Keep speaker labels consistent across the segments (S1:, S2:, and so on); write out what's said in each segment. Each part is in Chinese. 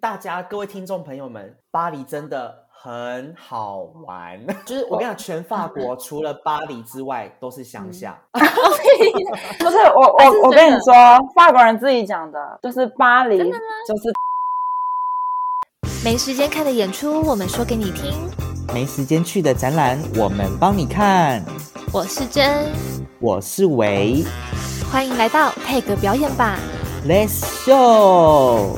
S1: 大家各位听众朋友们，巴黎真的很好玩，就是
S2: 哦
S1: 我跟你讲，全法国除了巴黎之外都是乡下。
S3: 不是我
S2: 还是真的
S3: 我我跟你说，法国人自己讲的，就是巴 黎，
S2: 真的吗
S3: 就是
S4: 没时间看的演出，我们说给你听。
S1: 没时间去的展览，我们帮你看。
S4: 我是真，
S1: 我是维
S4: 欢迎来到配格表演吧。
S1: ，Let's show。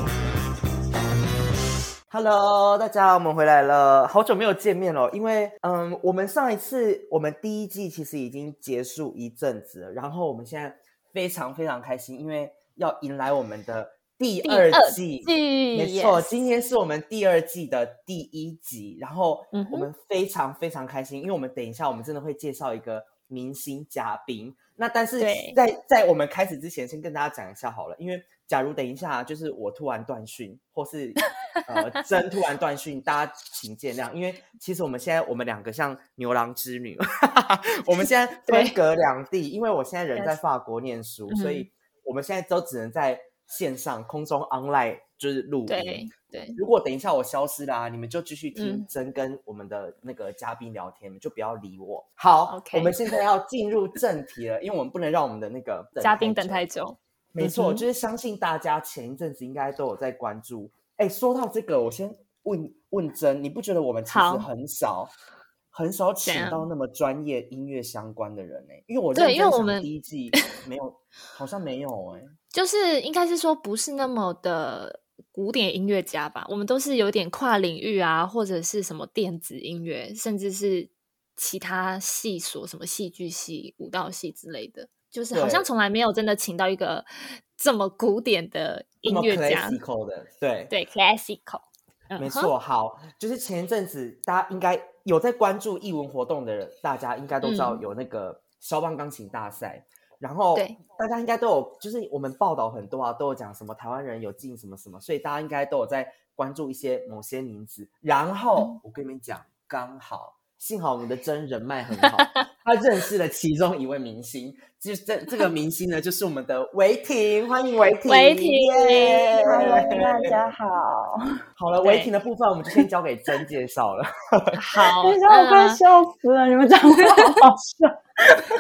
S1: Hello，大家，我们回来了，好久没有见面了。因为，嗯，我们上一次我们第一季其实已经结束一阵子了，然后我们现在非常非常开心，因为要迎来我们的第二季。没
S2: 没
S1: 错今天是我们第二季的第一集，然后
S2: 嗯哼
S1: 我们非常非常开心，因为我们等一下我们真的会介绍一个明星嘉宾。那但是
S2: 对
S1: 在在我们开始之前，先跟大家讲一下好了，因为假如等一下啊就是我突然断讯，或 是呃真突然断讯，大家请见谅，因为其实我们现在我们两个像牛郎织女， 我们现在
S2: 对
S1: 分隔两地，因为我现在人在
S2: Yes
S1: 法国念书，
S2: 嗯
S1: 所以我们现在都只能在线上空中 online 就是录
S2: 对
S1: 音。
S2: 对，
S1: 如果等一下我消失啊啦、你们就继续听
S2: 嗯
S1: 真跟我们的那个嘉宾聊天，你们就不要理我。好
S2: OK
S1: 我们现在要进入正题了，因为我们不能让我们的那个
S2: 嘉宾等
S1: 久
S2: 太久，
S1: 没错，
S2: 嗯哼
S1: 就是相信大家前一阵子应该都有在关注。哎，说到这个，我先问问真，你不觉得我们其实
S2: 好
S1: 很少很少请
S2: 怎样
S1: 到那么专业音乐相关的人呢、因为我
S2: 对
S1: 认
S2: 因为
S1: 真
S2: 我
S1: 想
S2: 们
S1: 第一季没有，好像没有哎、
S2: 就是应该是说不是那么的古典音乐家吧，我们都是有点跨领域啊，或者是什么电子音乐，甚至是其他系所，什么戏剧系、舞蹈系之类的，就是好像
S1: 对
S2: 从来没有真的请到一个这么古典的
S1: 那
S2: 音
S1: 么
S2: 乐家，
S1: classical 的，对
S2: 对 classical，
S1: 没
S2: 嗯哼
S1: 错，好，就是前一阵子大家应该有在关注艺文活动的人，大家应该都知道
S2: 嗯
S1: 有那个肖邦钢琴大赛，然后
S2: 对
S1: 大家应该都有，就是我们报道很多啊，都有讲什么台湾人有进什么什么，所以大家应该都有在关注一些某些名字。然后、
S2: 嗯
S1: 我跟你们讲，刚好幸好我们的真人脉很好，他认识了其中一位明星，就是这这个明星呢，就是我们的维婷，欢迎维婷，
S2: 维婷
S1: 耶
S3: Hello，大 家好，
S2: 哦
S1: 好了，
S2: 对
S1: 违停的部分我们就先交给真介绍了。
S2: 好，
S3: 等一下我快
S2: 那
S3: 笑死了，你们讲话 好笑。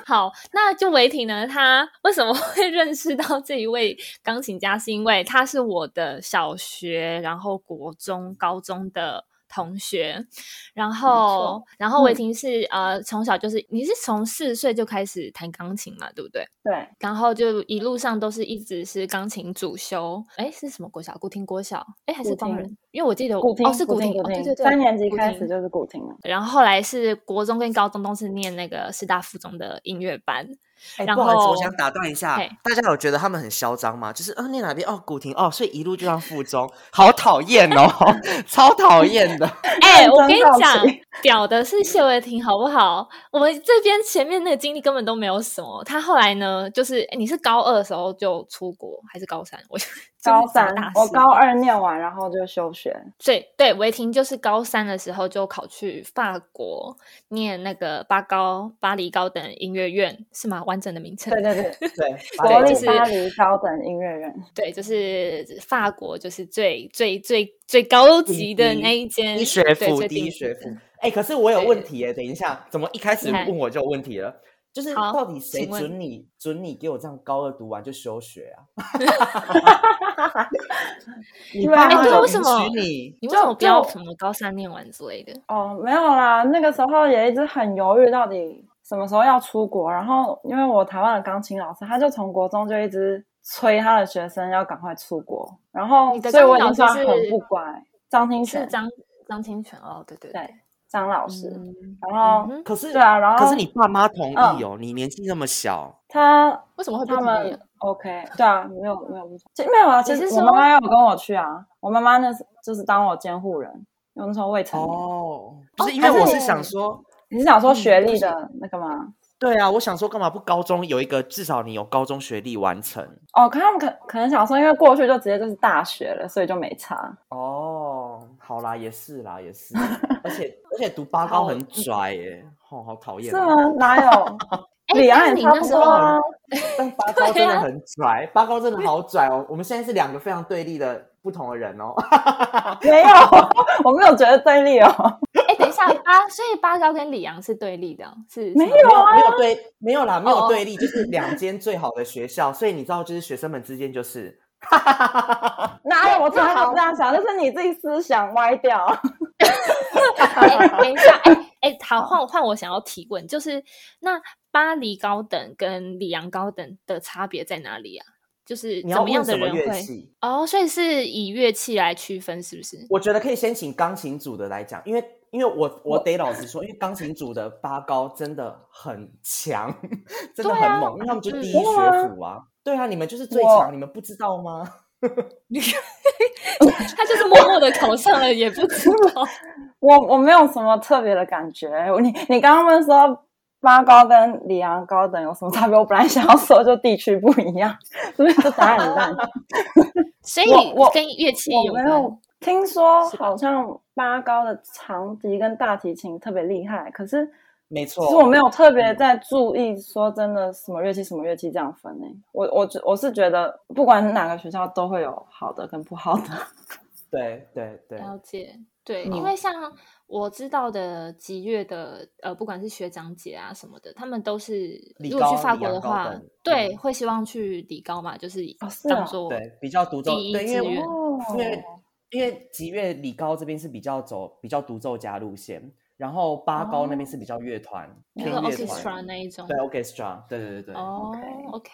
S2: 好，那就维婷呢？他为什么 会认识到这一位钢琴家？是因为他是我的小学，然后国中、高中的同学，然后，然后维
S3: 嗯
S2: 婷是、呃，从小就是你是从四岁就开始弹钢琴嘛，对不对？
S3: 对，
S2: 然后就一路上都是一直是钢琴主修，哎，是什么国小？古亭国小，哎，还是
S3: 古
S2: 高
S3: 亭
S2: 人？因为我记得
S3: 古
S2: 哦，
S3: 亭
S2: 是古亭，
S3: 古
S2: 哦，对
S3: 亭
S2: 对对，
S3: 三年级
S2: 古
S3: 开
S2: 亭
S3: 始就是古亭了。
S2: 然后后来是国中跟高中都是念那个师大附中的音乐班，
S1: 哎
S2: 然
S1: 不好意思，我
S2: 后
S1: 想打断一下
S2: 嘿，
S1: 大家有觉得他们很嚣张吗？就是哦，念哪边哦，古亭哦，所以一路就上附中，好讨厌哦， 超讨厌的。
S2: 哎、
S3: 认
S2: 我
S3: 真
S2: 跟你
S3: 到
S2: 讲
S3: 底，
S2: 屌的是谢维婷，好不好？我们这边前面那个经历根本都没有什么。他后来呢，就是诶你是高二的时候就出国，还是高三？ 我就是
S3: 高
S2: 长
S3: 三
S2: 大，
S3: 我
S2: 四
S3: 高二念完，然后就休学。
S2: 对对，维婷就是高三的时候就考去法国念那个巴高巴黎高等音乐院，是吗？完整的名称
S3: 对对 对，
S1: 对，
S2: 就
S3: 国立
S2: 是
S3: 巴黎高等音乐院。
S2: 对，就是法国，就是最最最最高
S1: 顶
S2: 级的
S1: 级
S2: 那一间
S1: 低学
S2: 对
S1: 府，
S2: 最
S1: 低
S2: 顶
S1: 学
S2: 级
S1: 府
S2: 的。
S1: 哎，可是我有
S2: 对
S1: 问题耶，等一下，怎么一开始
S2: 你看
S1: 问我就有问题了？就是
S2: 好
S1: 到底谁
S2: 请问
S1: 准你准你给我这样高二读完就休 学啊？你
S3: 对啊
S1: 爸
S3: 哎
S1: 妈
S3: 对
S1: 有
S2: 为什
S1: 允
S2: 么
S1: 许你
S2: 你为什么不要
S3: 就
S2: 什么高三念完之类的？
S3: 哦，没有啦，那个时候也一直很犹豫，到底什么时候要出国。然后，因为我台湾的钢琴老师，他就从国中就一直催他的学生要赶快出国。然后
S2: 你的，
S3: 所以我已
S2: 钢琴
S3: 经
S2: 老
S3: 算
S2: 师
S3: 很
S2: 是
S3: 不乖。张清
S2: 是
S3: 泉，
S2: 张张清泉哦，对对
S3: 对张老师。
S2: 嗯
S3: 然后
S2: 嗯，哼
S1: 可是
S3: 对啊，然后
S1: 可是你爸妈同意
S3: 嗯
S1: 哦，你年纪那么小。
S3: 他
S2: 为什么会不
S3: 他
S2: 同意
S3: 们
S2: 啊
S3: OK，对啊，没有没有不同，其没有啊。其
S2: 你是
S3: 实
S2: 说
S3: 我妈妈要跟我去啊，我妈妈那时就是当我监护人，因为那时候未成年。
S1: 哦，不是因为
S3: 还是
S1: 我
S3: 你
S1: 是想说，
S3: 你是想说
S1: 嗯
S3: 学
S1: 就
S3: 历
S1: 是
S3: 的那个吗？
S1: 对啊，我想说干嘛不高中有一个至少你有高中学历完成
S3: 哦，可他们可可能想说，因为过去就直接就是大学了，所以就没差。
S1: 哦。好啦，也是啦，也是，而且而且读八高
S2: 好
S1: 很拽耶、哦，好讨厌
S3: 是啊
S1: 哦、
S3: 吗？哪有？
S2: 哎
S3: 李
S2: 但
S3: 安
S2: 是
S3: 也
S2: 你
S3: 差
S2: 那
S3: 不
S2: 时
S3: 多啊
S2: 候，
S1: 但八高真的很拽，八高真的好拽哦。我们现在是两个非常对立的不同的人哦。
S3: 没有，我没有觉得对立 哦。
S2: 哎，等一下，八，所以八高跟李阳是对立的哦，是
S3: 没
S2: 是吗
S3: 有啊
S1: 没有对，没有啦，没有
S2: 哦
S1: 对立，就是两间最好的学校。所以你知道，就是学生们之间就是
S3: 哪有我从来没有这样想，就是你自己思想歪掉。
S2: 哎，等一下，哎哎，好，换换我想要提问，就是那巴黎高等跟里昂高等的差别在哪里啊？就是
S1: 你
S2: 怎
S1: 要
S2: 么样
S1: 问
S2: 的
S1: 什么
S2: 人
S1: 乐
S2: 会？
S1: 器。
S2: 哦，所以是以乐器来区分，是不是？
S1: 我觉得可以先请钢琴组的来讲，因为因为我我得老实说，因为钢琴组的八高真的很强，真的
S2: 对啊
S1: 很猛，因为他们就
S2: 嗯
S1: 第一
S3: 真的吗
S1: 学府啊。对啊，你们就是最
S3: 我
S1: 强，你们不知道吗？
S2: 他就是默默的考上了，也不知道。
S3: 我我没有什么特别的感觉。你你刚刚问说八高跟里昂高等有什么差别？我本来想要说就地区不一样，所以这答案很烂。
S2: 所以
S3: 我我
S2: 跟乐器有
S3: 我没
S2: 关
S3: 有听说，
S2: 是吧
S3: 好像八高的长笛跟大提琴特别厉害，可是
S1: 没
S3: 其
S1: 错，
S3: 实我没有特
S2: 嗯
S3: 别在注意，说真的，什么乐器什么乐器这样分呢、我我觉我是觉得，不管是哪个学校都会有好的跟不好 的。
S1: 对对对，
S2: 了解，对，因
S3: 嗯
S2: 为像我知道的吉乐的，呃，不管是学长姐啊什么的，他们都是
S1: 理
S2: 如果去
S1: 高
S2: 法
S1: 理
S2: 国
S1: 洋
S2: 的
S1: 高
S2: 话
S1: 等，
S2: 对，
S1: 嗯
S2: 会希望去理高嘛，就是
S3: 哦是
S2: 当
S3: 啊
S2: 做
S1: 对，比较独奏，
S2: 第一
S1: 对，因
S2: 志
S1: 为
S2: 愿
S3: 哦
S1: 因为因为吉乐理高这边是比较走比较独奏家路线，然后八高那边是比较乐团、
S2: 那
S1: 偏
S2: 个
S1: 乐团
S2: 哦呃 orchestra，那一种
S1: 对。orchestra，对对对嗯对。
S2: 哦
S3: OK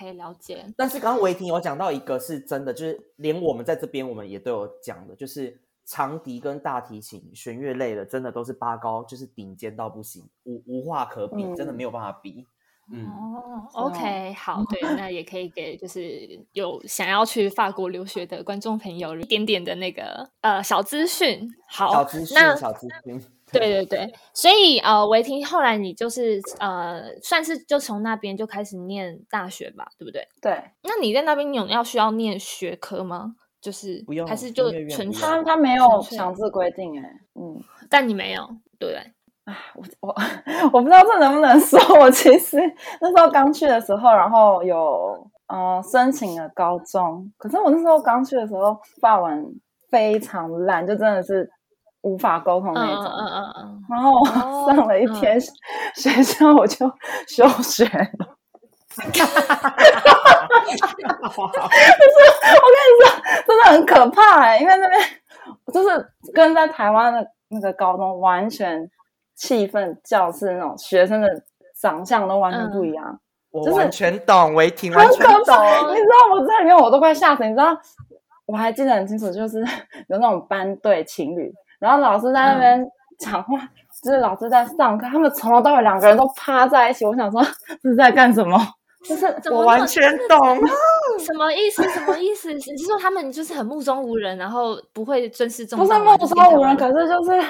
S2: ，OK，了解。
S1: 但是刚刚维婷有讲到一个是真的，就是连我们在这边我们也都有讲的，就是长笛跟大提琴弦乐类的，真的都是八高，就是顶尖到不行，无无话可比，真的
S3: 嗯
S1: 没有办法比。嗯，
S2: 哦
S3: 是哦
S1: 啊
S2: ，OK，好，对，那也可以给就是有想要去法国留学的观众朋友一点点的那个呃小资讯。好，
S1: 小资讯
S2: 那，
S1: 小资讯，
S2: 对对对，所以呃，维婷后来你就是呃，算是就从那边就开始念大学吧，对不对？
S3: 对
S2: 那你在那边有要需要念学科吗？就是
S1: 不用
S2: 还是就
S1: 音乐院
S2: 纯
S1: 不
S2: 粹
S1: 用
S3: 他他没有
S2: 纯粹
S3: 强制规定哎、嗯，
S2: 但你没有，对不对？
S3: 我我我不知道这能不能说，我其实那时候刚去的时候，然后有呃申请了高中，可是我那时候刚去的时候，法文非常烂，就真的是无法沟通
S2: 嗯嗯
S3: 那种。
S2: 嗯嗯嗯，
S3: 然后我
S2: 哦
S3: 上了一天学学校，我就休学了。我跟你说，真的很可怕哎、因为那边就是跟在台湾的那个高中完全气氛、教室那种学生的长相都完全不一样。
S1: 我
S3: 就是
S1: 完全懂，维婷
S3: 很
S1: 完全
S3: 可
S1: 懂。
S3: 怕。你知道我在里面我都快吓死，你知道我还记得很清楚，就是 有那种班队情侣，然后老师
S2: 嗯
S3: 在那边讲话，就是老师在上课，他们从头到尾两个人都趴在一起，我想说这是在干什么？就是
S2: 怎么
S1: 我
S2: 那
S1: 完
S2: 么
S1: 全懂，
S2: 嗯什么意思？什么意思？你是说他们就是很目中无人，然后不会尊师重
S3: 不
S2: 道
S3: 是
S2: 吗？
S3: 目
S2: 就是
S3: 中
S2: 跟
S3: 无
S2: 台
S3: 人，
S2: 湾
S3: 可是就是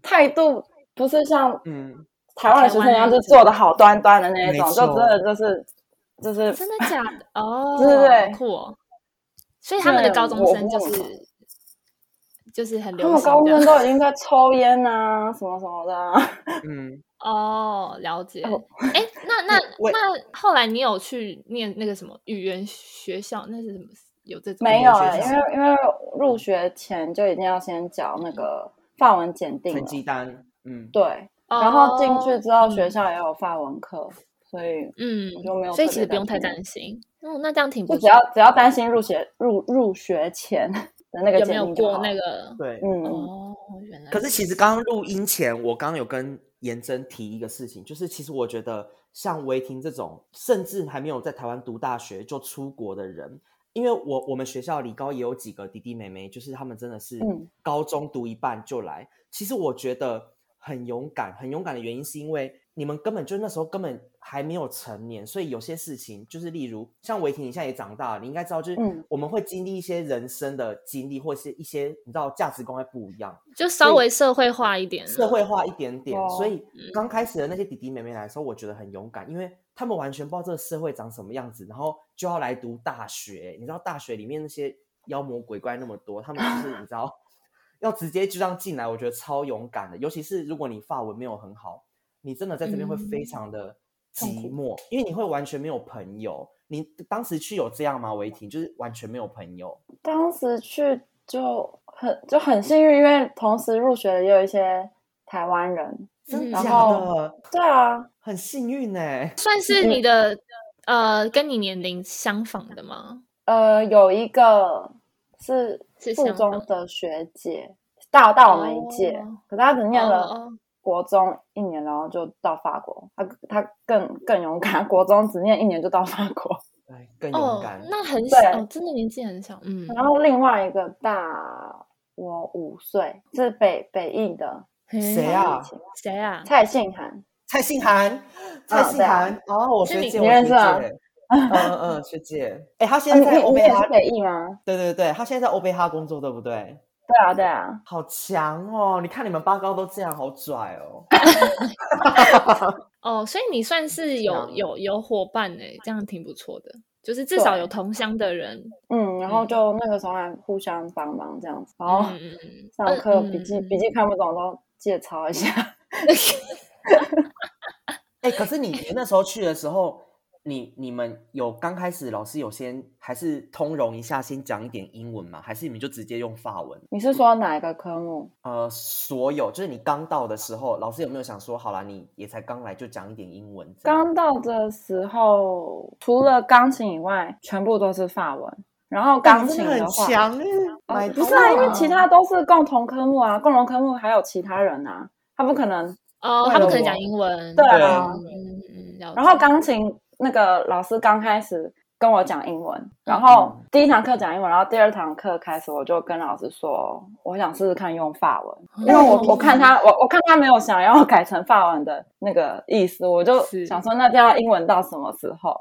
S3: 态度不是像
S1: 嗯，
S3: 台湾的学生
S2: 嗯
S3: 一样，就做的好端端的那一种，
S1: 没错
S3: 就真的就是就是
S2: 真的假的？哦，
S3: 对对对
S2: 酷哦。所以他们的
S3: 对
S2: 高中
S3: 我
S2: 生
S3: 不
S2: 就是
S3: 懂
S2: 就是很
S3: 他
S2: 流
S3: 们
S2: 行
S3: 高中
S2: 的
S3: 生都已经在抽烟啊，什么什么的啊、
S1: 嗯，
S2: 哦，了解。哎、
S3: 哦
S2: 那那
S1: 我
S2: 那后来你有去念那个什么语言学校？那是什么？有这种
S3: 没
S2: 语
S3: 有
S2: 言学
S3: 欸，
S2: 校
S3: 因为因为入学前就一定要先缴那个法文检定
S1: 成
S3: 了
S1: 绩单，嗯，
S3: 对，
S2: 哦
S3: 然后进去之后学
S2: 嗯
S3: 校也有法文课，所以
S2: 嗯
S3: 我，就没有特别担心，
S2: 所以其实不用太担心。哦，那这样挺不
S3: 就只
S2: 错。
S3: 要只要担心入学入入学前 的那个
S2: 有
S3: 检
S2: 没有
S3: 定就
S2: 过
S3: 好
S2: 那
S3: 了
S2: 个？
S1: 对。
S3: 嗯，
S2: 哦，原来
S1: 可是其实刚刚录音前，我刚刚有跟妍珍提一个事情，就是其实我觉得像维婷这种，甚至还没有在台湾读大学就出国的人，因为我我们学校理高也有几个弟弟妹妹，就是他们真的是
S3: 嗯
S1: 高中读一半就来。其实我觉得很勇敢，很勇敢的原因是因为你们根本就那时候根本还没有成年，所以有些事情就是例如像维婷，你现在也长大了，你应该知道，就是
S3: 嗯
S1: 我们会经历一些人生的经历，或是一些你知道价值观会不一样。
S2: 就稍微社会化一点了，
S1: 社会化一点点，
S3: 哦
S1: 所以刚开始的那些弟弟妹妹来说，我觉得很勇敢，因为他们完全不知道这个社会长什么样子，然后就要来读大学。你知道大学里面那些妖魔鬼怪那么多，他们
S3: 啊
S1: 就是你知道要直接就这样进来，
S3: 嗯
S1: 我觉得超勇敢的。尤其是如果你法文没有很好，你真的在这边会非常的寂寞，因为你会完全没有朋友。你当时去有这样吗？维婷就是完全没有朋友，
S3: 当时去就很就很幸运，因为同时入学的也有一些台湾人。
S1: 真的
S3: 嗯然
S1: 假
S3: 后
S1: 的？
S3: 对啊，
S1: 很幸运呢、哎
S3: 嗯
S2: 算是你的呃跟你年龄相仿的吗？
S3: 呃，有一个是
S2: 是
S3: 附
S2: 香
S3: 中
S2: 港
S3: 的学姐，大大我们一届，
S2: 哦
S3: 可是她只念
S2: 哦
S3: 了
S2: 哦
S3: 国中一年，然后就到法国。她她更更勇敢， 国中只念一年就到法国。
S1: 哎，更勇
S2: 哦
S1: 敢。，啊
S2: 那很小
S3: 对，
S2: 哦真的年纪很小，嗯，
S3: 然后另外一个大我五岁，是北北艺的
S1: 谁啊
S2: 谁啊？
S3: 蔡信 涵，
S1: 蔡信
S3: 哦
S1: 涵，蔡信涵，哦，我
S2: 是
S1: 学
S2: 你
S1: 姐，
S3: 啊你
S1: 我
S3: 认
S1: 学
S3: 识啊
S1: 姐。嗯嗯嗯，学姐，哎，她
S3: 啊
S1: 现
S3: 你
S1: 在在
S3: 你
S1: 欧
S3: 你
S1: 贝
S3: 也
S1: 哈
S3: 是，北艺吗？
S1: 对对对，她现在在欧贝哈工作，对不对？
S3: 对啊对啊，
S1: 好强哦！你看你们八高都这样，好拽哦。
S2: 哦，所以你
S3: 嗯
S2: 算是有
S1: 啊
S2: 有有伙伴哎、这样挺不错的，就是至少
S3: 对
S2: 有同乡的人。
S3: 嗯，然后
S2: 嗯
S3: 就那个时候还互相帮忙这样子，然后
S2: 嗯嗯嗯，
S3: 上课
S2: 嗯
S3: 笔记、
S2: 嗯
S3: 笔记看不懂都借抄一下。
S1: 哎，可是你你那时候去的时候，你你们有刚开始老师有先还是通融一下，先讲一点英文吗？还是你们就直接用法文？
S3: 你是说哪一个科目？
S1: 呃，所有就是你刚到的时候，老师有没有想说，好啦，你也才刚来就讲一点英文这样？
S3: 刚到的时候，除了钢琴以外，全部都是法文。然后钢琴
S1: 哎你
S3: 的
S1: 真
S3: 话，
S1: 强哎，买
S3: 呃不是
S1: 到
S3: 啊，因为
S1: 了
S3: 其他都是共同科目啊，共同科目还有其他人啊，他不可能。
S2: 哦，
S3: 为
S2: 他们
S3: 了
S2: 可能
S3: 我
S2: 讲英文。
S3: 对
S1: 啊
S2: 嗯嗯嗯，了
S3: 然后
S2: 解
S3: 钢琴那个老师刚开始跟我讲英文，然后
S1: 嗯
S3: 第一堂课讲英文，然后第二堂课开始我就跟老师说，我想试试看用法文，因为
S2: 哦
S3: 我我看他我我看他没有想要改成法文的那个意思，我就是想说那就要英文到什么时候，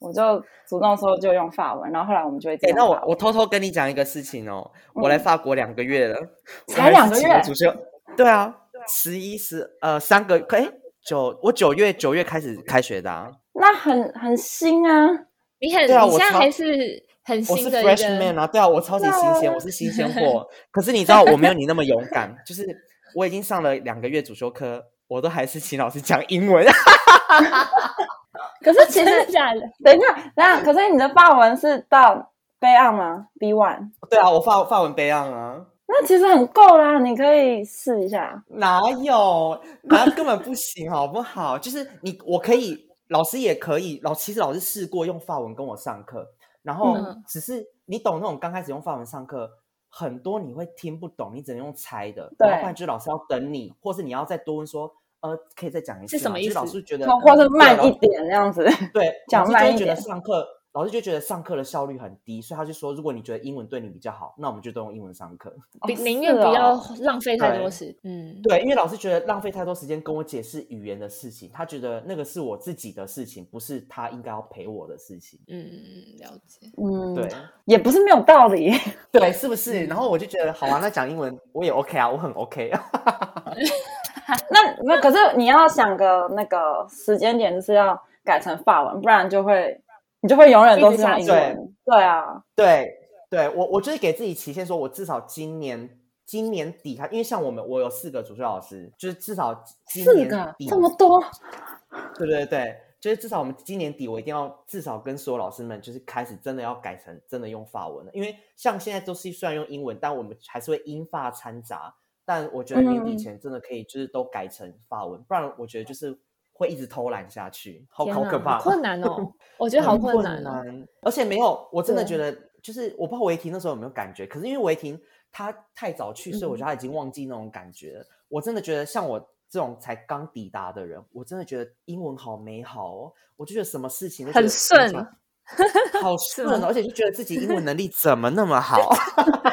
S3: 我就主动说就用法文，然后后来我们就会
S1: 哎、
S3: 这样
S1: 那
S3: 法文。
S1: 我我偷偷跟你讲一个事情哦，我来法国两个月了，我
S3: 才
S1: 还是
S3: 两个
S1: 请了
S3: 月
S1: 主修，对啊，十一十呃三个，哎九，我九月九月开始开学的、啊，
S3: 那很很新啊，
S2: 你很，
S1: 对啊
S2: 你
S1: 我
S2: 现在
S1: 超
S2: 还是很
S1: 我
S2: 新
S1: 是
S2: 的一个
S1: freshman 啊，对啊，我超级新鲜，我是新鲜货。可是你知道我没有你那么勇敢，就是我已经上了两个月主修课，我都还是请老师讲英文。
S3: 可是其
S2: 真
S3: 实
S2: 的假的？
S3: 等一下，等一下，可是你的法文是到 B 岸吗？B one？
S1: 对啊，我法法文备案啊。
S3: 那其实很够啦，你可以试一下。
S1: 哪有？哪根本不行，好不好？就是你，我可以，老师也可以，老其实老师试过用法文跟我上课，然后
S2: 嗯
S1: 只是你懂那种刚开始用法文上课，很多你会听不懂，你只能用猜的，
S3: 对
S1: 要不然就是老师要等你，或是你要再多问说，呃，可以再讲一次
S2: 是什
S1: 吗
S2: 么
S1: 就
S2: 意
S1: 老
S2: 思
S1: 师觉得
S3: 或或是
S1: 对
S3: 慢
S1: 老
S3: 一点这样子。
S1: 对，
S3: 讲
S1: 老师就
S3: 慢
S1: 会
S3: 一
S1: 觉得
S3: 点
S1: 上课，老师就觉得上课的效率很低，所以他就说，如果你觉得英文对你比较好，那我们就都用英文上课。
S2: 比
S3: 哦
S2: 宁愿不要浪费太
S1: 对
S2: 多时，嗯，
S1: 对，因为老师觉得浪费太多时间跟我解释语言的事情，他觉得那个是我自己的事情，不是他应该要陪我的事情。
S2: 嗯，了解。
S3: 嗯，
S1: 对、，
S3: 也不是没有道理。
S1: 对，是不是？然后我就觉得好啊，那讲英文我也 OK 啊，我很 OK 啊。
S3: 那那可是你要想个那个时间点，就是要改成法文，不然就会你就会永远都是用
S2: 一
S1: 直
S3: 英
S1: 下去
S3: 文。对啊，
S1: 对，对我我就是给自己期限，说我至少今年今年底还，因为像我们我有四个主修老师，就是至少今
S3: 四
S1: 年
S3: 个
S1: 底
S3: 这么多，
S1: 对对对，就是至少我们今年底，我一定要至少跟所有老师们，就是开始真的要改成真的用法文了。因为像现在都是虽然用英文，但我们还是会英法掺杂。但我觉得年底
S3: 嗯
S1: 前真的可以，就是都改成法文，不然我觉得就是会一直偷懒下去，好
S2: 天
S1: 好
S2: 哪
S1: 可怕，
S2: 困难 哦，我觉得好
S1: 很
S2: 困
S1: 难
S2: 难哦。
S1: 而且没有，我真的
S3: 对
S1: 觉得就是我不知道维婷那时候有没有感觉，可是因为维婷她太早去，所以我觉得她已经忘记那种感觉了。我真的觉得像我这种才刚抵达的人，我真的觉得英文好美好哦，我就觉得什么事情都觉
S2: 很
S1: 得
S2: 顺
S1: 非常。好顺
S2: 吗
S1: 哦，而且就觉得自己英文能力怎么那么好？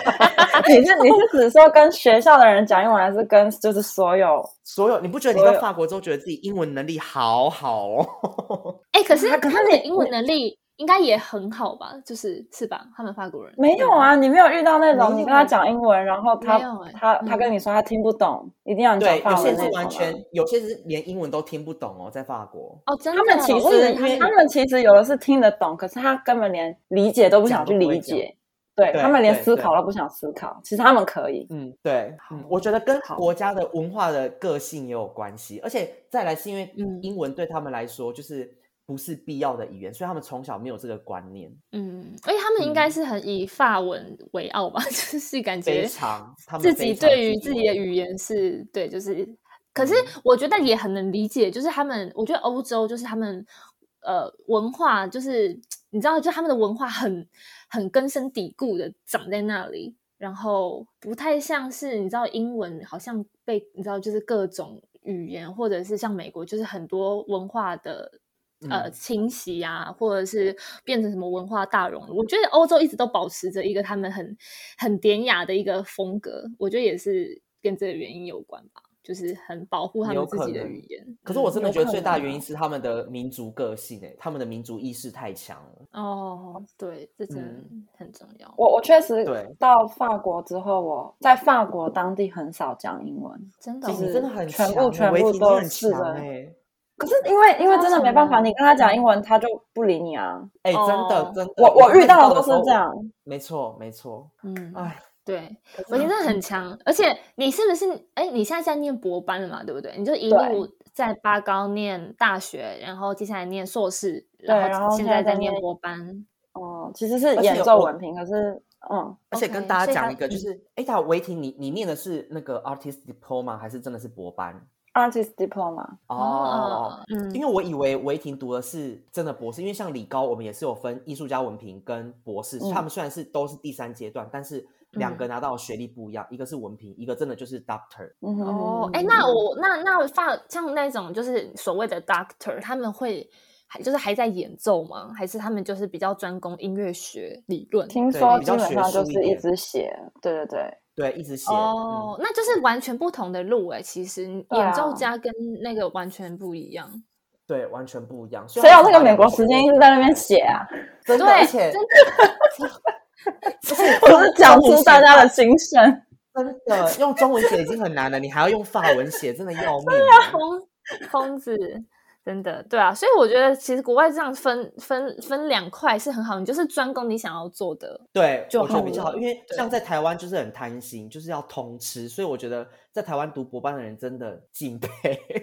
S3: 你是你是只说跟学校的人讲英文，还是跟就是所有？
S1: 所有你不觉得你
S3: 所
S1: 到
S3: 有
S1: 法国之后，觉得自己英文能力好好哦？
S2: 哎，可是
S3: 啊可是
S2: 他们的
S3: 你
S2: 英文能力应该也很好吧？就是是吧？他们法国人
S3: 没有啊，你没有遇到那种
S1: 没有
S3: 你跟他讲英文，然后他
S2: 没有欸
S3: 他
S2: 嗯
S3: 他跟你说他听不懂，一定要你讲
S1: 对，有
S3: 法
S1: 些
S3: 文
S1: 是
S3: 那
S1: 完
S3: 种
S1: 全
S3: 吗。，
S1: 有些是连英文都听不懂哦，在法国。
S2: 哦，真的
S3: 他
S2: 哦，
S3: 们其
S2: 我以为他
S3: 实他们其实有的是听得懂，可是他根本连理解都不想去理解。对
S1: 对
S3: 他们连
S1: 对
S3: 思
S1: 对
S3: 考都不想思考，其实他们可以，
S1: 嗯，对，嗯，我觉得跟
S3: 好
S1: 国家的文化的个性也有关系，而且再来是因为
S2: 嗯
S1: 英文对他们来说就是不是必要的语言，所以他们从小没有这个观念，
S2: 嗯，而且他们应该
S1: 嗯
S2: 是很以法文为傲吧， 就是感觉
S1: 非常他们
S2: 自
S1: 非
S2: 己
S1: 常
S2: 对于自
S1: 自
S2: 己的语言是对，就是，可是
S1: 嗯
S2: 我觉得也很能理解，就是他们，我觉得欧洲就是他们呃文化，就是你知道，就他们的文化很很根深蒂固的长在那里，然后不太像是你知道英文好像被你知道就是各种语言，或者是像美国就是很多文化的。呃，
S1: 嗯
S2: 侵袭啊，或者是变成什么文化大熔炉，我觉得欧洲一直都保持着一个他们很很典雅的一个风格，我觉得也是跟这个原因有关吧，就是很保护他
S1: 有
S2: 们自
S1: 可
S2: 己的
S1: 能
S2: 语言。
S1: 可是我真的
S3: 有
S1: 觉得
S3: 可
S1: 最大的
S3: 能
S1: 原因
S3: 啊
S1: 是他们的民族个性、欸，他们的民族意识太强了。
S2: 哦，对，这真的
S1: 嗯
S2: 很重要。
S3: 我我确实
S1: 对
S3: 到法国之后，我在法国当地很少讲英文，
S2: 真的
S1: 欸
S2: 哦，
S3: 就
S1: 你
S3: 是
S1: 真的很
S3: 全
S1: 强欸
S3: 部全
S1: 微
S3: 部
S1: 积
S3: 都
S1: 真的很
S3: 是
S1: 强
S3: 的
S1: 哎
S3: 可是因为因为
S2: 超嗯
S3: 真的没
S2: 强
S3: 办
S2: 的
S3: 法，你跟他讲英文，他就不理你啊。
S1: 哎、欸真
S2: 哦
S1: 的真的，
S3: 我我遇
S1: 看
S3: 到的
S1: 的
S3: 都
S1: 时候
S3: 是这样，
S1: 没错没错，
S2: 嗯，
S1: 哎，
S2: 对，我觉得真的
S3: 嗯
S2: 很强。而且你是不是？哎，你现在在念博班了嘛？对不对？你就一
S3: 对
S2: 路在八高念大学，然后接下来念硕士，
S3: 对然后
S2: 现
S3: 现
S2: 在
S3: 在
S2: 在
S3: 在
S2: 念
S3: 念
S2: 博班。
S3: 哦，其实是
S1: 而且
S3: 演奏
S1: 我
S3: 文凭，可是嗯，
S1: 而且跟
S2: OK，
S1: 大
S2: 所
S1: 家
S2: 以他
S1: 讲一个，就
S2: 嗯
S1: 是哎，大维婷，你你念的是那个 artist diploma 还是真的是博班？
S3: artist diploma，
S1: 哦，
S2: 嗯
S1: 因为我以为维婷读的是真的博士，因为像理高我们也是有分艺术家文凭跟博士，
S3: 嗯
S1: 他们虽然是都是第三阶段，但是两个拿到的学历不一样，一个是文凭，一个真的就是 doctor。
S3: 嗯哼
S2: 哦
S3: 哼，
S2: 哎，
S3: 哼
S2: 那
S3: 哼
S2: 我那那发像那种就是所谓的 doctor，他们会还就是还在演奏吗？还是他们就是比较专攻音乐学理论？
S3: 听
S1: 对
S3: 说
S1: 比
S3: 基
S1: 较
S3: 本
S1: 学
S3: 上就
S1: 术一
S3: 是一
S1: 点
S3: 直写，对对对，
S1: 对，一直写。嗯
S2: 哦，那就是完全不同的路哎、其实
S3: 嗯对
S2: 演奏
S3: 啊
S2: 家跟那个完全不一样。
S1: 嗯，对，完全不一样。所以
S3: 谁
S1: 他
S3: 有
S1: 们
S3: 那个
S1: 把
S3: 美
S1: 两
S3: 国
S1: 学
S3: 时间
S1: 位
S3: 一直在那边写啊？
S1: 真的，
S2: 对
S1: 而且
S2: 真
S3: 我是讲出大家的心声，
S1: 真的用中文写已经很难了，你还要用法文写，真的要命
S3: 啊
S1: 欸。
S2: 疯疯子，真的对啊，所以我觉得其实国外这样分分分两块是很好，你就是专攻你想要做的。
S1: 对，
S2: 就
S1: 我觉得
S2: 好
S1: 比较
S2: 了
S1: 好，因为
S2: 对
S1: 像在台湾就是很贪心，就是要通吃，所以我觉得在台湾读博班的人真的敬佩，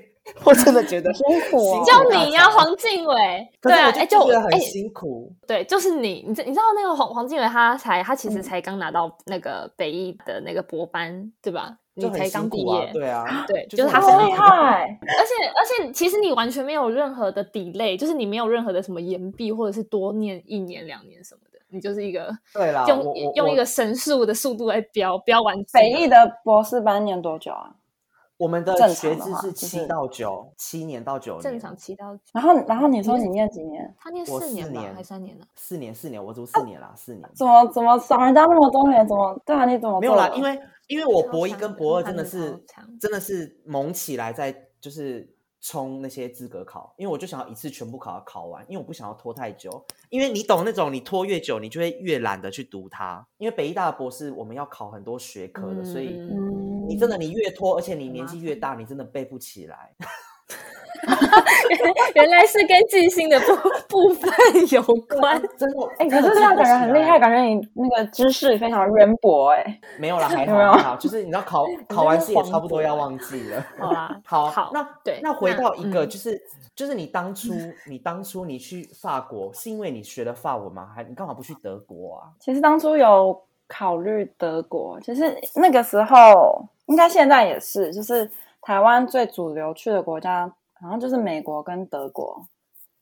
S1: 我真的 觉得
S3: 辛苦
S1: 辛
S3: 哦
S1: 苦
S2: 就
S1: 大
S2: 你呀、
S1: 肠
S2: 黄静伟，
S1: 可
S2: 对
S1: 是
S2: 啊，
S1: 我
S2: 哎、
S1: 就
S2: 就
S1: 觉得很
S2: 哎、
S1: 辛苦，
S2: 对，就是你，你知你知道那个黄黄静伟，他才他
S1: 嗯
S2: 其实才刚拿到那个北艺的那个博班，对吧？你
S1: 就很
S2: 才刚
S1: 辛
S2: 毕
S1: 苦
S2: 业，
S1: 啊，对啊，
S2: 对
S1: 就
S2: 就是是他
S1: 很
S3: 好
S2: 是
S1: 辛
S3: 厉
S1: 苦啊
S3: 害，
S2: 而且而且，其实你完全没有任何的 delay，就是你没有任何的什么延毕或者是多念一年两年什么的，你就是一个
S1: 对啦，
S2: 用
S1: 我我
S2: 用一
S1: 我
S2: 个神速的速度来标标完整
S3: 北艺的博士班念多久啊？
S1: 我们的
S3: 正
S1: 学
S3: 常的
S1: 制
S3: 话
S1: 是
S3: 就
S1: 七
S3: 是
S1: 到九，七年到九年，
S2: 正常期到
S3: 然后然后你说你念几年？
S2: 他念
S1: 我
S2: 四年
S1: 四
S2: 吧，
S1: 年
S2: 还三年呢、
S1: 四年四年，我读
S2: 啊
S1: 四年啦，四年。
S3: 怎么怎么少人家那么多年？怎么对啊？你怎么
S1: 没有
S3: 做
S1: 啦，
S3: 的
S1: 因为因为我
S2: 超
S1: 博一
S2: 强
S1: 跟
S2: 的
S1: 博二
S2: 他
S1: 真的
S2: 们超
S1: 是
S2: 强
S1: 真的是猛起来在就是冲那些资格考，因为我就想要一次全部考考完，因为我不想要拖太久，因为你懂那种你拖越久，你就会越懒得去读它。因为北医大的博士我们要考很多学科的，所以
S2: 嗯
S3: 嗯
S1: 你真的你越拖，而且你
S2: 很
S1: 年
S2: 麻
S1: 纪越大，你真的背不起来。
S2: 原来是跟记性的部 部分有关。
S1: 真的，
S3: 哎，可
S1: 真的
S3: 是这
S1: 记
S3: 样
S1: 不
S3: 感觉
S1: 起
S3: 很厉
S1: 来
S3: 害，感觉你那个知识非常渊博哎。
S1: 没有啦，还
S3: 有
S1: 好
S3: 没有
S1: 还好，就是你知道考考完
S2: 真是
S1: 试也
S2: 黄
S1: 差不多
S2: 渤
S1: 要
S2: 欸
S1: 忘记了。
S2: 好啦，
S1: 好，
S2: 好，
S1: 那
S2: 对
S1: 那回
S2: 那
S1: 到一个
S2: 嗯
S1: 就是、就是你当初你当初你去法国是因为你学了法文吗？还你干嘛不去德国啊？
S3: 其实当初有考虑德国，其实那个时候应该现在也是，就是台湾最主流去的国家，好像就是美国跟德国。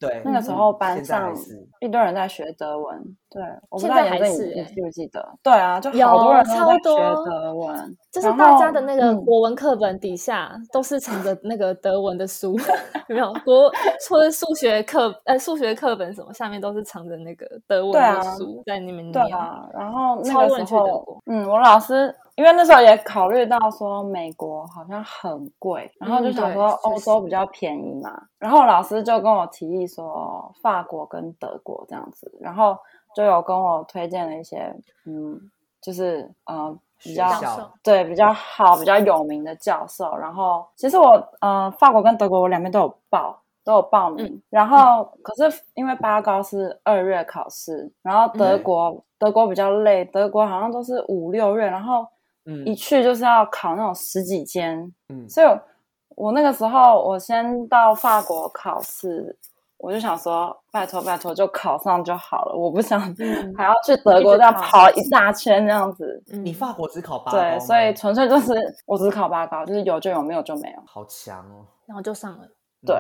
S1: 对，
S3: 那个时
S1: 嗯
S3: 候班
S1: 现在还
S3: 上
S1: 是
S3: 一堆人在学德文，对，我不知
S2: 现
S3: 道
S2: 在还
S3: 严正
S2: 是
S3: 你你
S2: 欸
S3: 记不记得？对啊，就
S2: 有
S3: 好多人都
S2: 超
S3: 在
S2: 多
S3: 学德文，
S2: 就是
S3: 然
S2: 大
S3: 后
S2: 家的那个
S3: 嗯
S2: 国文课本底下都是藏着那个德文的书， 有没 有？国或者数学课呃数学课本什么下面都是藏着那个德文
S3: 对
S2: 的
S3: 啊
S2: 书在你们
S3: 对
S2: 念。
S3: 啊，然后
S2: 超多
S3: 那个
S2: 人
S3: 时
S2: 去德
S3: 候
S2: 国，
S3: 嗯，我老师因为那时候也考虑到说美国好像很贵，然后
S2: 嗯
S3: 就想
S2: 对
S3: 说
S2: 确
S3: 欧洲比较便宜嘛，然后老师就跟我提议说法国跟德国这样子，然后就有跟我推荐了一些，嗯，就是呃比
S1: 学
S3: 较
S1: 校
S3: 对比较好、比较有名的教授。然后其实我呃，法国跟德国我两边都有报，都有报名。
S2: 嗯
S3: 然后可是因为八高是二月考试，然后德
S2: 嗯
S3: 国、德国比较累，德国好像都是五六月，然后
S1: 嗯
S3: 一去就是要考那种十几间，
S1: 嗯
S3: 所以我我那个时候我先到法国考试。我就想说，拜托拜托，就考上就好了，我不想、
S2: 嗯
S3: 还要去德国
S2: 一直
S3: 这样
S2: 考
S3: 跑一大圈那样子。
S2: 嗯
S1: 你法国只考八高
S3: 对，
S1: 吗
S3: 所以纯粹就是我只考八高，就是有就有，没有就没有。
S1: 好强哦。嗯
S2: 然后就上了。
S3: 对，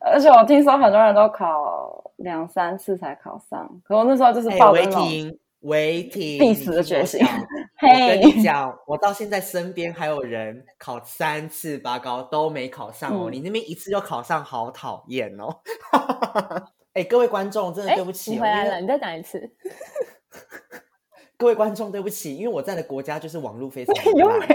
S3: 而且我听说很多人都考两三次才考上，可我那时候就是
S1: 哎，
S3: 抱着
S1: 违
S3: 那种
S1: 停，违停，
S3: 必死的
S1: 你听我
S3: 决心
S1: 讲我
S3: 嘿
S1: 跟，你讲，我到现在身边还有人考三次八高都没考上哦，
S3: 嗯
S1: 你那边一次就考上，好讨厌哦。 哎、各位观众，真的
S2: 哎
S1: 对不起、
S2: 你
S1: 哦，
S2: 回来
S1: 因为
S2: 了，你再讲一次。
S1: 各位观众，对不起，因为我在的国家就是网络 非常
S3: 有
S1: 烂
S3: 没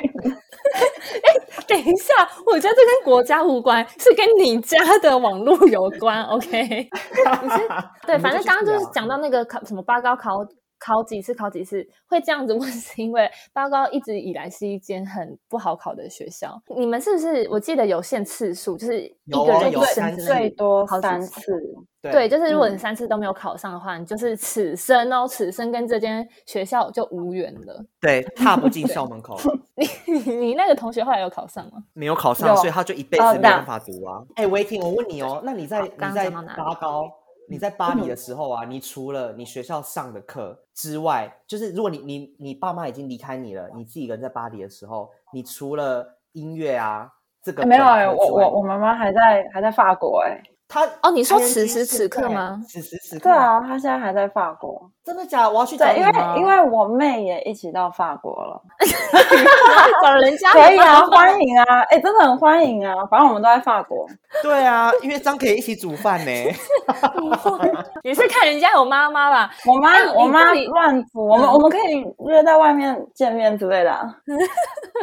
S2: 等一下，我觉得这跟国家无关，是跟你家的网络有关。OK，你是对，
S1: 我们
S2: 反
S1: 就
S2: 正
S1: 去
S2: 刚刚就
S1: 聊
S2: 是讲到那个考什么八高考考几次考几次会这样子问， 是因为八高一直以来是一间很不好考的学校。你们是不是？我记得有限次数，就是一
S1: 有
S2: 个
S1: 哦
S2: 人
S1: 有
S2: 一生
S1: 三
S2: 只
S1: 次
S2: 能
S3: 最多
S2: 考几
S3: 三
S2: 次
S3: 次，
S1: 对
S2: 对，就是如果你
S3: 嗯
S2: 三次都没有考上的话，你就是此生哦，此生跟这间学校就无缘了。
S1: 对，踏不进校门 口，
S2: 你你那个同学后来有考上吗？
S1: 没有考上，
S3: 有
S1: 所以他就一辈子
S3: 哦
S1: 没有
S3: 那
S1: 办法读啊。哎、维婷，我问你哦，那你在
S2: 好刚
S1: 你
S2: 刚
S1: 在
S2: 讲到哪里嗯
S1: 八高，你在巴黎的时候啊，你除了你学校上的课之外，就是如果你你你爸妈已经离开你了，你自己一个人在巴黎的时候，你除了音乐啊这个
S3: 哎没有哎、
S1: 本科
S3: 我
S1: 之外
S3: 我我妈妈还在还在法国哎、
S1: 他
S2: 哦你说
S1: ING
S2: 此时此
S1: 是
S2: 刻
S1: 在
S2: 吗
S1: 此时此刻
S3: 对，啊，她现在还在法国，
S1: 真的假的？我要去找
S3: 对，
S1: 你
S3: 因为
S1: 吗
S3: 因为我妹也一起到法国了，
S2: 找人家
S3: 可以啊，欢迎啊，哎、真的很欢迎啊，反正我们都在法国，
S1: 对啊，因为这样可以一起煮饭呢、
S2: 也是看人家有妈妈吧？
S3: 我妈
S1: 啊
S2: 哎，
S3: 我
S2: 你
S3: 妈
S2: 这里
S3: 乱组，我们
S2: 嗯
S3: 我们可以约在外面见面之类的啊。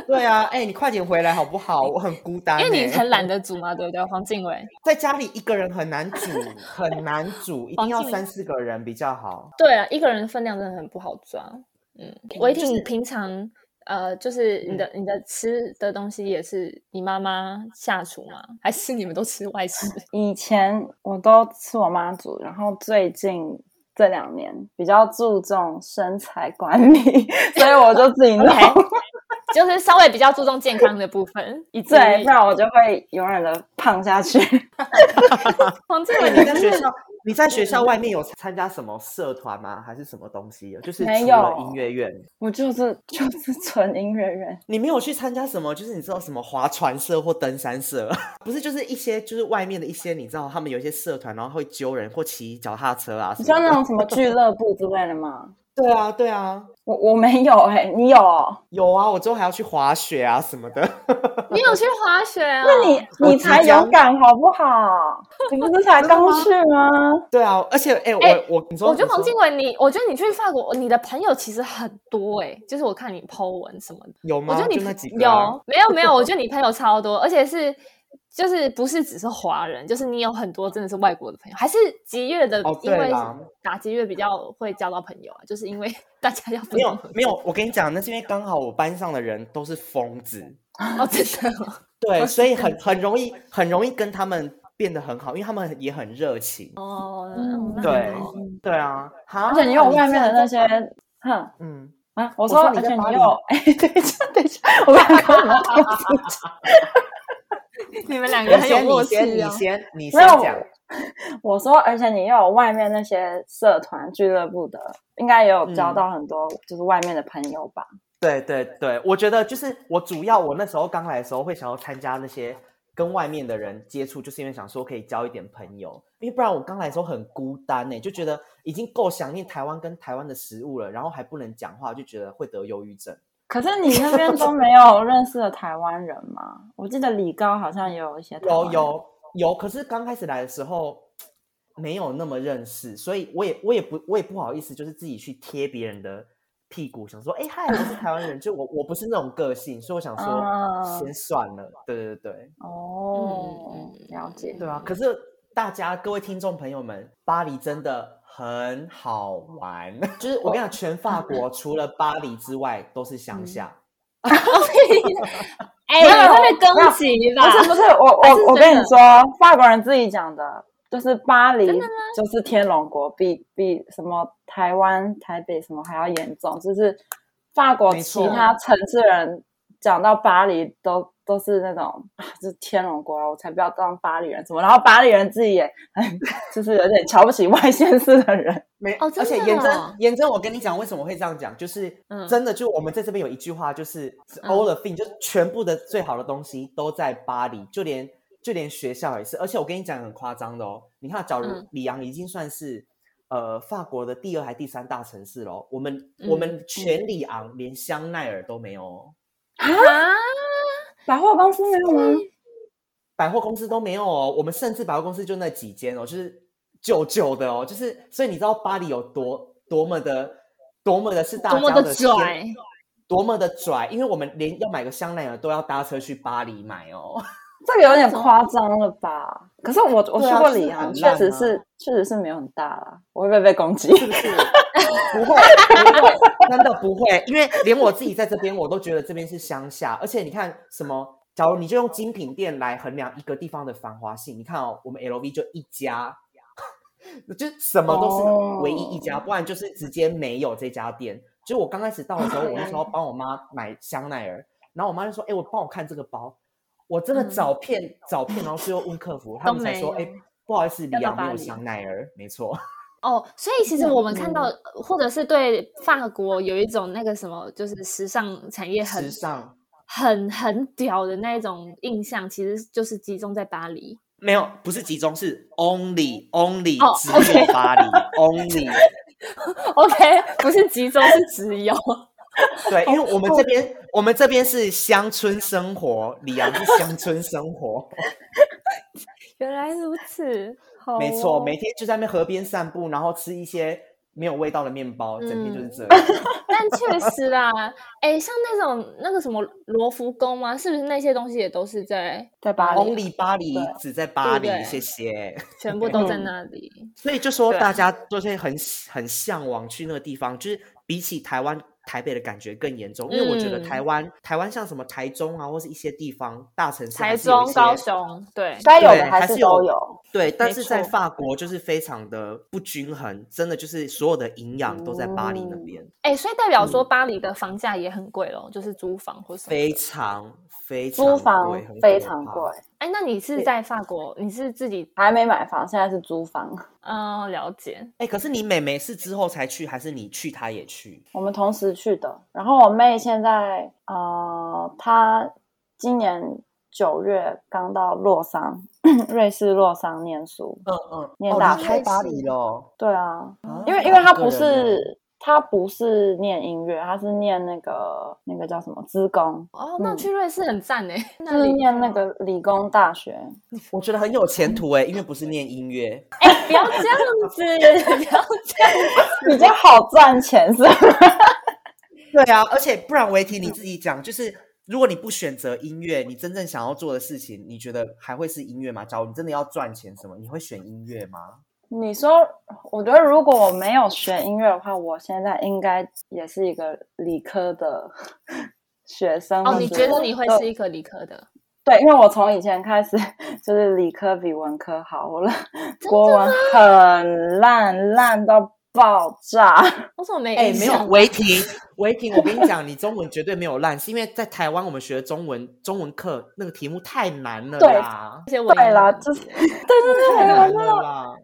S1: 对啊，哎、你快点回来好不好？我很孤单、
S2: 因
S1: 欸，
S2: 为你很懒得煮嘛，对不对？黄静伟，
S1: 在家里一个人很难煮，很难煮，一定要
S2: 黄静
S1: 三四个人比较好。
S2: 对啊，一个人的分量真的很不好抓。嗯，维
S1: 就
S2: 婷，
S1: 是嗯
S2: 你平常呃，就是你的你的吃的东西也是你妈妈下厨吗？ 还是你们都吃外食？
S3: 以前我都吃我妈煮，然后最近这两年比较注重身材管理， 所以我就 自己弄。
S2: OK 就是稍微比较注重健康的部分，以至
S3: 对，
S2: 于
S3: 不然我就会永远的胖下去。
S2: 黄静
S1: 对，
S2: 伟，
S1: 你
S2: 你
S1: 在
S2: 真
S1: 学
S2: 的
S1: 校，你在学校外面有参加什么社团吗？还是什么东西？就是
S3: 没
S1: 除了
S3: 有
S1: 音乐院，
S3: 我就是 就是纯音乐人，
S1: 你没有去参加什么？就是你知道什么划船社或登山社， 不是？就是一些就是外面的一些，你知道他们有一些社团，然后会揪人或骑脚踏车啊什
S3: 你知道
S1: 么
S3: 那
S1: 的。
S3: 种什么俱乐部之类的吗？
S1: 对啊，对啊，
S3: 我我没有哎、你有哦？
S1: 有啊，我之后还要去滑雪啊什么的。
S2: 你有去滑雪啊？
S3: 那你
S1: 我
S3: 你
S1: 即
S3: 才
S1: 将
S3: 勇敢好不好？你不是才
S1: 真的
S3: 刚
S1: 吗
S3: 去吗？
S1: 对啊，而且哎、
S2: 哎
S1: 我我你说，
S2: 我觉得
S1: 你
S2: 黄
S1: 说
S2: 静伟，你我觉得你去法国，你的朋友其实很多哎、就是我看你 Po 文什么的，
S1: 有吗？
S2: 我觉得你
S1: 就那几个啊、
S2: 有没有没有？我觉得你朋友超多，而且是就是不是只是华人，就是你有很多真的是外国的朋友，还是吉乐的，
S1: 哦
S2: 因
S1: 对
S2: 为
S1: 啦
S2: 打吉乐比较会交到朋友啊，就是 因为大家要分
S1: 没有
S2: 工合
S1: 没有，我跟你讲，那是因为刚好我班上的人都是疯子，
S2: 哦，真 的哦
S1: 对，所以很很容易很容易跟他们变得很好，因为他们也很热情。
S2: 哦，
S3: 嗯
S2: 那
S1: 对
S2: 很好
S1: 对啊，哈
S3: 而且你有外面的那，
S1: 居
S3: 些
S1: 然在，
S3: 哼。
S1: 嗯，
S3: 啊，我
S1: 说
S3: 说，
S1: 你
S3: 而
S1: 在
S3: 且
S1: 巴
S3: 你
S1: 黎
S3: 有，哎， 等一下，等一下，我刚刚我们公司
S2: 你们两
S1: 我
S2: 个很有
S1: 先
S2: 默
S1: 你先
S2: 契
S1: 你
S2: 哦。
S1: 先你
S3: 没
S1: 先
S3: 有
S1: 讲，
S3: 我说，而且你又有外面那些社团俱乐部的，应该也有交
S1: 嗯
S3: 到很多就是外面的朋友吧？
S1: 对对对，我觉得就是我主要我那时候刚来的时候会想要参加那些跟外面的人接触，就是因为想说可以交一点朋友，因为不然我刚来的时候很孤单欸呢、就觉得已经够想念台湾跟台湾的食物了，然后还不能讲话，就觉得会得忧郁症。
S3: 可是你那边都没有认识的台湾人吗？ 我记得李高好像也有一些台湾
S1: 有
S3: 人，
S1: 有有，可是刚开始来的时候没有那么认识，所以我也我也不我也不好意思，就是自己去贴别人的屁股，想说哎嗨，我是台湾人，就我我不是那种个性，所以我想 说
S3: 啊
S1: 先算了，对对对
S3: 哦
S2: 嗯嗯，
S3: 了解，
S1: 对啊。可是大家各位听众朋友们，巴黎真的很
S2: 嗯
S1: 好玩，就是我跟你讲，全法国除了巴黎之外都是乡下。
S2: 哦 哎，你会被攻击
S3: 没有没有
S2: 吧？
S3: 不是不是，我
S2: 啊还是
S3: 我我
S2: 真
S3: 跟
S2: 的
S3: 你说，法国人自己讲的，就是巴黎就是天龙国，比比什么台湾台北什么还要严重，就是法国
S1: 没错
S3: 其他城市人讲到巴黎都。都是那种 啊，就是天龙国啊，我才不要当巴黎人什么。然后巴黎人自己也， 就是有点瞧不起外县市的人。
S1: 没
S2: 哦
S1: 而
S2: 真
S1: 且
S2: 的
S1: 颜真
S2: 哦
S1: 颜真，我跟你讲，为什么会这样讲，就是
S2: 嗯
S1: 真的，就我们在这边有一句话，就是
S2: 嗯
S1: all the thing，、就是全部的最好的东西都在巴黎，就连就连学校也是。而且我跟你讲很夸张的哦，你看，假如
S2: 嗯
S1: 里昂已经算是、呃法国的第二还第三大城市喽，我们、
S2: 嗯
S1: 我们全里昂连香奈儿都没有哦，
S2: 啊，嗯
S3: 百货公司没有吗？
S1: 百货公司都没有哦，我们甚至百货公司就那几间哦，就是旧旧的哦，就是所以你知道巴黎有多多么的多么的是大
S2: 多么
S1: 家
S2: 的
S1: 天
S2: 拽，
S1: 多么的拽，因为我们连要买个香奈儿都要搭车去巴黎买哦。
S3: 这个有点夸张了吧？可是我我
S1: 对
S3: 去
S1: 啊
S3: 过
S1: 就是
S3: 里昂，
S1: 很
S3: 确
S1: 烂
S3: 实
S1: 啊
S3: 是确实是没有很大啦，我会不会被攻击？
S1: 不会，不会，真的不会，因为连我自己在这边，我都觉得这边是乡下。而且你看什么？假如你就用精品店来衡量一个地方的繁华性，你看哦，我们 LV 就一家， 就什么都
S3: 哦
S1: 是唯一一家，不然就是直接没有这家店。就我刚开始到的时候，我那时候帮我妈买香奈儿，然后我妈就说：“哎、我帮我看这个包。”我真的
S2: 嗯
S1: 找遍、找遍，然后最后问客服，他
S2: 都
S1: 们才
S2: 没
S1: 说：“哎、
S2: 有
S1: 不好意思，里
S2: 要
S1: 昂
S2: 到
S1: 没
S2: 巴
S1: 有
S2: 黎
S1: 香奈儿。”没错。
S2: 哦，所以其实我们看
S1: 嗯
S2: 到，或者是对法国有一种那个什么，就是时尚产业很
S1: 时尚
S2: 很很屌的那一种印象，其实就是集中在巴黎。
S1: 没有，不是集中，是 only only、
S2: 哦
S1: 只有巴黎 only。
S2: OK，不 是集中，是只有。
S1: 对，因为我们
S2: 哦
S1: 这边我们这边是乡村生活，里昂是乡村生活，
S2: 原来如此，好
S1: 没错，
S2: 哦
S1: 每天就在那边河边散步，然后吃一些没有味道的面包，整天就是这样。
S2: 嗯但确实啦，哎，像那种那个什么罗浮宫吗？是不是那些东西也都是在
S3: 在巴 黎
S1: only 巴黎
S3: 对
S1: 只在巴黎
S2: 对，不对
S1: 谢谢。
S2: 全部都在
S3: 嗯
S2: 那里？
S1: 所以就说
S2: 对
S1: 大家都是很很向往去那个地方，就是比起台湾台北的感觉更严重，因为我觉得
S2: 嗯
S1: 台湾、台湾像什么台中啊，或是一些地方大城市，
S2: 台中、高，雄，对，
S3: 该有的
S1: 对
S3: 还
S1: 还
S3: 是
S1: 是
S3: 都
S1: 有
S3: 有。
S1: 对，但
S3: 没
S1: 是在
S3: 错
S1: 法国就是非常的不均衡，真的就是所有的营养都在巴黎那
S3: 哦
S1: 边，
S2: 哎，所以代表说巴黎的房价也很贵咯，就是租房或什么的。
S1: 嗯非常非常
S3: 租房
S1: 贵很
S3: 非
S1: 可
S3: 常
S1: 怕
S3: 贵，
S2: 哎，那你是
S3: 对
S2: 在法国？你是自己
S3: 还没买房，现在是租房。
S2: 嗯、了解，
S1: 哎、可是你妹妹是之后才去，还是你去她也去？
S3: 我们同时去的。然后我妹现在呃，她今年九月刚到洛桑，瑞士洛桑念书。
S1: 嗯嗯，
S3: 念大
S1: 哦、离
S3: 学
S1: 开巴黎了，
S3: 对啊，
S1: 啊
S3: 因为因为她不
S1: 一个人哦
S3: 是她不是念音乐，她是念那个那个叫什么职工。
S2: 哦，那
S3: 嗯
S2: 去瑞士很赞哎、
S3: 就
S2: 那
S3: 是
S2: 里
S3: 念那个理工大学，
S1: 我觉得很有前途哎、因为不是念音 乐，
S2: 不要这样子， 不要这样子。
S3: 比较好赚钱是吧？
S1: 对啊，而且不然，维提你
S3: 嗯
S1: 自己讲，就是如果你不选择音乐，你真正想要做的事情，你觉得还会是音乐吗？假如你真的要赚钱什么，你会选音乐吗？
S3: 你说，我觉得如果我没有学音乐的话，我现在应该也是一个理科的 学生。
S2: 哦，
S3: 或
S2: 你
S3: 者
S2: 觉得你会
S3: 就是
S2: 一个理科的？
S3: 对，因为我从以前开始 就是理科比文科好，我的
S2: 的
S3: 国文很烂，烂到爆炸。
S2: 我怎么没
S1: 哎、
S2: 印
S1: 没有
S2: 象
S1: 维 婷，维婷，我跟你讲，你中文绝对没有烂，是因为在台湾我们学的中文中文课那个题目太难了
S3: 对
S1: 啦，
S2: 这些文
S3: 对
S2: 言
S3: 啦，
S2: 文
S3: 就是 对对
S1: 太
S3: 对，
S1: 难
S3: 我
S1: 了
S3: 就
S1: 啦。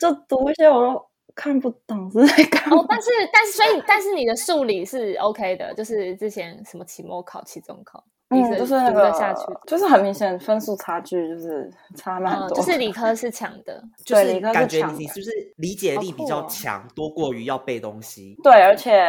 S3: 就读一些我都看不懂是在干嘛
S2: 哦，。但是但是所以但是你的数理是 OK 的，就是之前什么期末考、期中考，你
S3: 嗯，就是那
S2: 读得
S3: 个
S2: 下去。
S3: 就是很明显分数差距就是差蛮
S2: 嗯，
S3: 多，
S2: 就是理科是强的，
S1: 就
S3: 对
S1: 是
S3: 理科是
S1: 感觉
S3: 强
S1: 你你
S3: 的
S1: 是不是理解
S2: 好
S1: 力比
S2: 酷
S1: 较
S2: 哦
S1: 强，多过于要背东西？
S3: 对，而且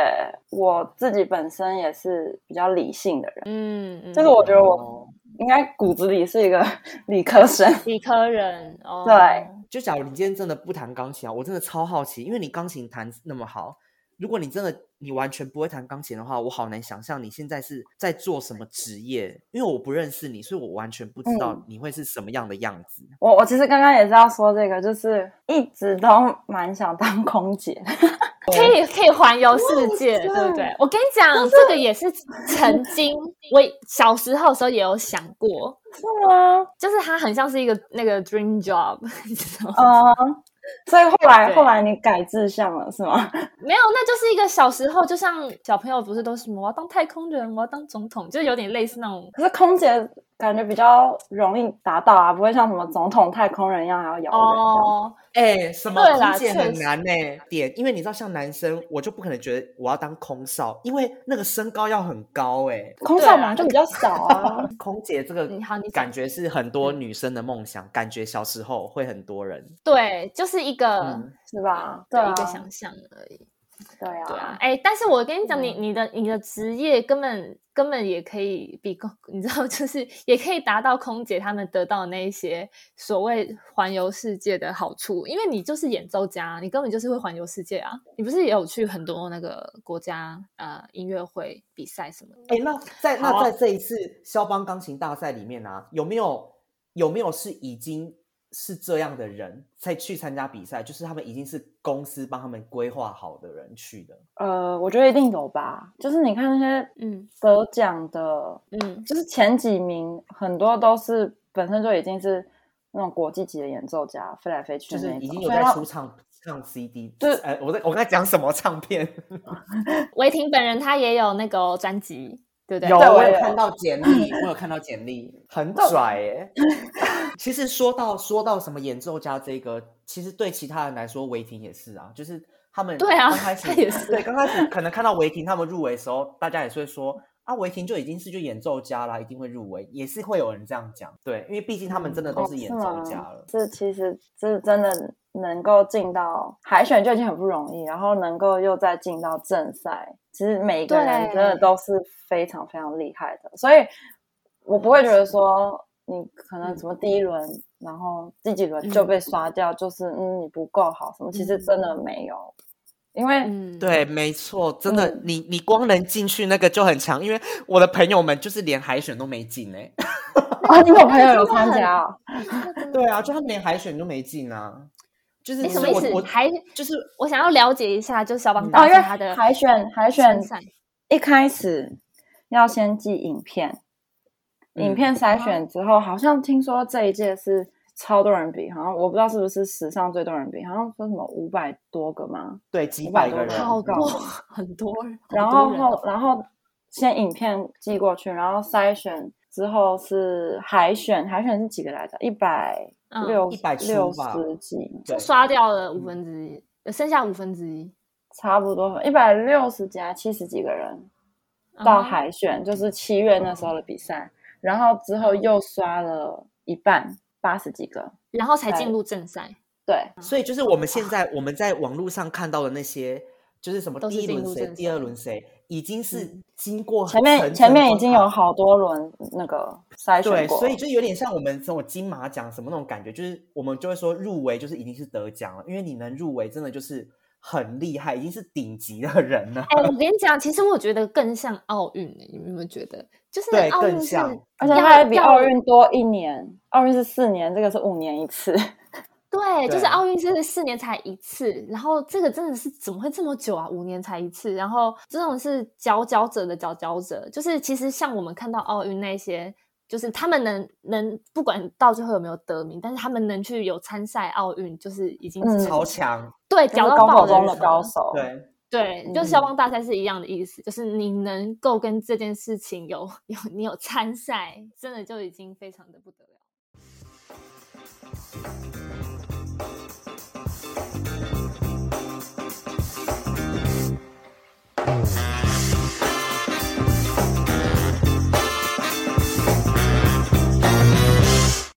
S3: 我自己本身也是比较理性的人，
S2: 嗯，嗯
S3: 就是我觉得我
S1: 哦
S3: 应该骨子里是一个 理科生。
S2: 理科人哦，
S3: 对，
S1: 就假如你今天真的不弹钢琴啊，我真的超好奇，因为你钢琴弹那么好，如果你真的你完全不会弹钢琴的话，我好难想象你现在是在做什么职业，因为我不认识你，所以我完全不知道
S3: 嗯
S1: 你会是什么样的样子。
S3: 我我其实刚刚也是要说这个，就是一直都蛮想当空姐，
S2: 可以可以环游世界，
S3: 哇塞
S2: 对不对？我跟你讲，这个也是曾经我小时候的时候也有想过，
S3: 是吗？
S2: 就是它很像是一个那个 dream job，你 知道吗？
S3: 呃，所以后来
S2: 对
S3: 后来你改志向了是吗？
S2: 没有，那就是一个小时候，就像小朋友不是都是什么我要当太空人，我要当总统，就是有点类似那种。
S3: 可是空姐感觉比较容易达到啊，不会像什么总统太空人一样还要摇人。
S2: 哦，
S1: 哎、什么
S2: 对啦
S1: 空姐
S2: 确
S1: 很
S2: 实
S1: 难呢、点，因为你知道，像男生，我就不可能觉得我要当空少，因为那个身高要很高哎、
S3: 空
S2: 对
S3: 少
S2: 啊
S3: 嘛就比较少啊。
S1: 空姐这个
S2: 嗯你好你讲
S1: 感觉是很多女生的梦想，感觉小时候会很多人。
S2: 对，就是一个、
S1: 嗯
S3: 是吧？
S2: 对
S3: 对啊
S2: 一，个想象而已。
S3: 对啊，
S2: 对啊，哎、但是我跟你讲，你你的你的职业根本根本也可以比空， 你知道，就是也可以达到空姐他们得到的那一些所谓环游世界的好处，因为你就是演奏家，啊你根本就是会环游世界啊！你不是也有去很多那个国家呃音乐会比赛什么的？
S1: 哎、那在
S2: 好
S1: 那
S2: 啊
S1: 在这一次肖邦钢琴大赛里面啊，有没有有没有是已经是这样的人才去参加比赛？就是他们已经是公司帮他们规划好的人去的。
S3: 呃，我觉得一定有吧。就是你看那些
S2: 嗯
S3: 得奖的，
S2: 嗯，
S3: 就是前几名，很多都是本身就已经是那种国际级的演奏家，飞来飞去
S1: 就
S3: 的
S1: 是
S3: 那
S1: 已
S3: 种。
S1: 经有
S3: 所以
S1: 在
S3: 他
S1: 出唱唱 CD，
S3: 对
S1: 呃，我在我刚才讲什么唱片？
S2: 维婷本人她也有那个哦专辑，对不对？
S3: 对
S1: 我
S3: 我
S1: 有
S3: 也
S1: 看到简历，我有看到简历，很拽耶、 其实说到说到什么演奏家这个，其实对其他人来说，维婷也是啊，就是他们
S2: 对啊
S1: 刚开始
S2: 他也是
S1: 对刚开始可能看到维婷他们入围的时候，大家也是会说。啊，维婷就已经是就演奏家啦，一定会入围，也是会有人这样讲，对，因为毕竟他们真的都是演奏家了，
S3: 哦这其实这真的能够进到海选就已经很不容易，然后能够又再进到正赛，其实每一个人
S2: 对
S3: 真的都是非常非常厉害的，所以我不会觉得说你可能什么第
S2: 嗯
S3: 一轮，然后第几轮就被刷掉，就是嗯你不够好什么，其实真的没有，因为
S2: 嗯，
S1: 对，没错，真的，
S3: 嗯
S1: 你你光能进去那个就很强，因为我的朋友们就是连海选都没进哎、
S3: 啊，你有朋友 有参加啊，
S1: 对啊，就他们连海选都没进啊，就是
S2: 你
S1: 其
S2: 什
S1: 实
S2: 么意
S1: 我
S2: 思？
S1: 我
S2: 还
S1: 就是
S2: 我想要了解一下，就是
S1: 嗯
S2: 小邦
S3: 哦
S2: 大
S3: 因为
S2: 赛他的
S3: 海选海选
S2: 参赛
S3: 一开始要先寄影片，影
S1: 嗯
S3: 片
S2: 哦
S3: 筛选之后，好像听说这一届是超多人比，好像我不知道是不是史上最多人比，好像说什么五百多个嘛。
S1: 对几百
S3: 百
S1: 个
S3: 多
S1: 人，
S3: 人
S2: 好
S3: 高
S2: 多很多人，
S3: 然
S2: 好
S3: 后
S2: 多人
S3: 后然后先影片寄过去，然后筛选之后是海选，海选是几个来着？一百
S2: 嗯
S3: 六
S1: 100出
S3: 六
S1: 吧
S3: 十几，
S1: 对
S2: 刷掉了五分之一，呃剩下五分之一
S3: 差不多一百六十几还七十几个人，到
S2: 嗯
S3: 海选，就是七月那时候的比赛，然后之后又刷了一半，八十几个，
S2: 然后才进入正赛。
S3: 对，
S1: 所以就是我们现在我们在网络上看到的那些，就是什么
S2: 都
S1: 第
S2: 是
S1: 一轮
S2: 进入
S1: 谁，
S2: 正
S1: 第二
S2: 赛
S1: 轮谁，已经是
S2: 嗯
S1: 经过
S3: 前
S1: 层
S3: 面前面
S1: 层
S3: 已经
S1: 关
S3: 有
S1: 卡
S3: 好多轮那个筛选
S1: 对，
S3: 过，
S1: 所以就有点像我们这种金马奖什么那种感觉，就是我们就会说入围就是已经是得奖了，因为你能入围真的就是很厉害，已经是顶级的人了。
S2: 哎、我跟你讲，其实我觉得更像奥运、你们有没有觉得？就是
S1: 对
S2: 奥运
S1: 更
S2: 是
S1: 像
S2: 要，
S3: 而且它还比奥
S2: 要
S3: 运多一年，奥运是四年，这个是五年一次，
S2: 对，就是
S1: 对
S2: 奥运是四年才一次，然后这个真的是怎么会这么久啊？五年才一次，然后这种是佼佼者的佼佼者，就是其实像我们看到奥运那些，就是他们能能不管到最后有没有得名，但是他们能去有参赛奥运，就是已经是
S3: 嗯
S1: 超强，
S2: 对
S3: 就
S2: 佼
S3: 是
S2: 到
S3: 高
S2: 爆
S3: 手中的
S2: 人啊
S3: 高
S2: 了
S3: 手，
S1: 对，
S2: 对，就
S3: 嗯
S2: 是消防大赛是一样的意思，就是你能够跟这件事情有有你有参赛，真的就已经非常的不得了。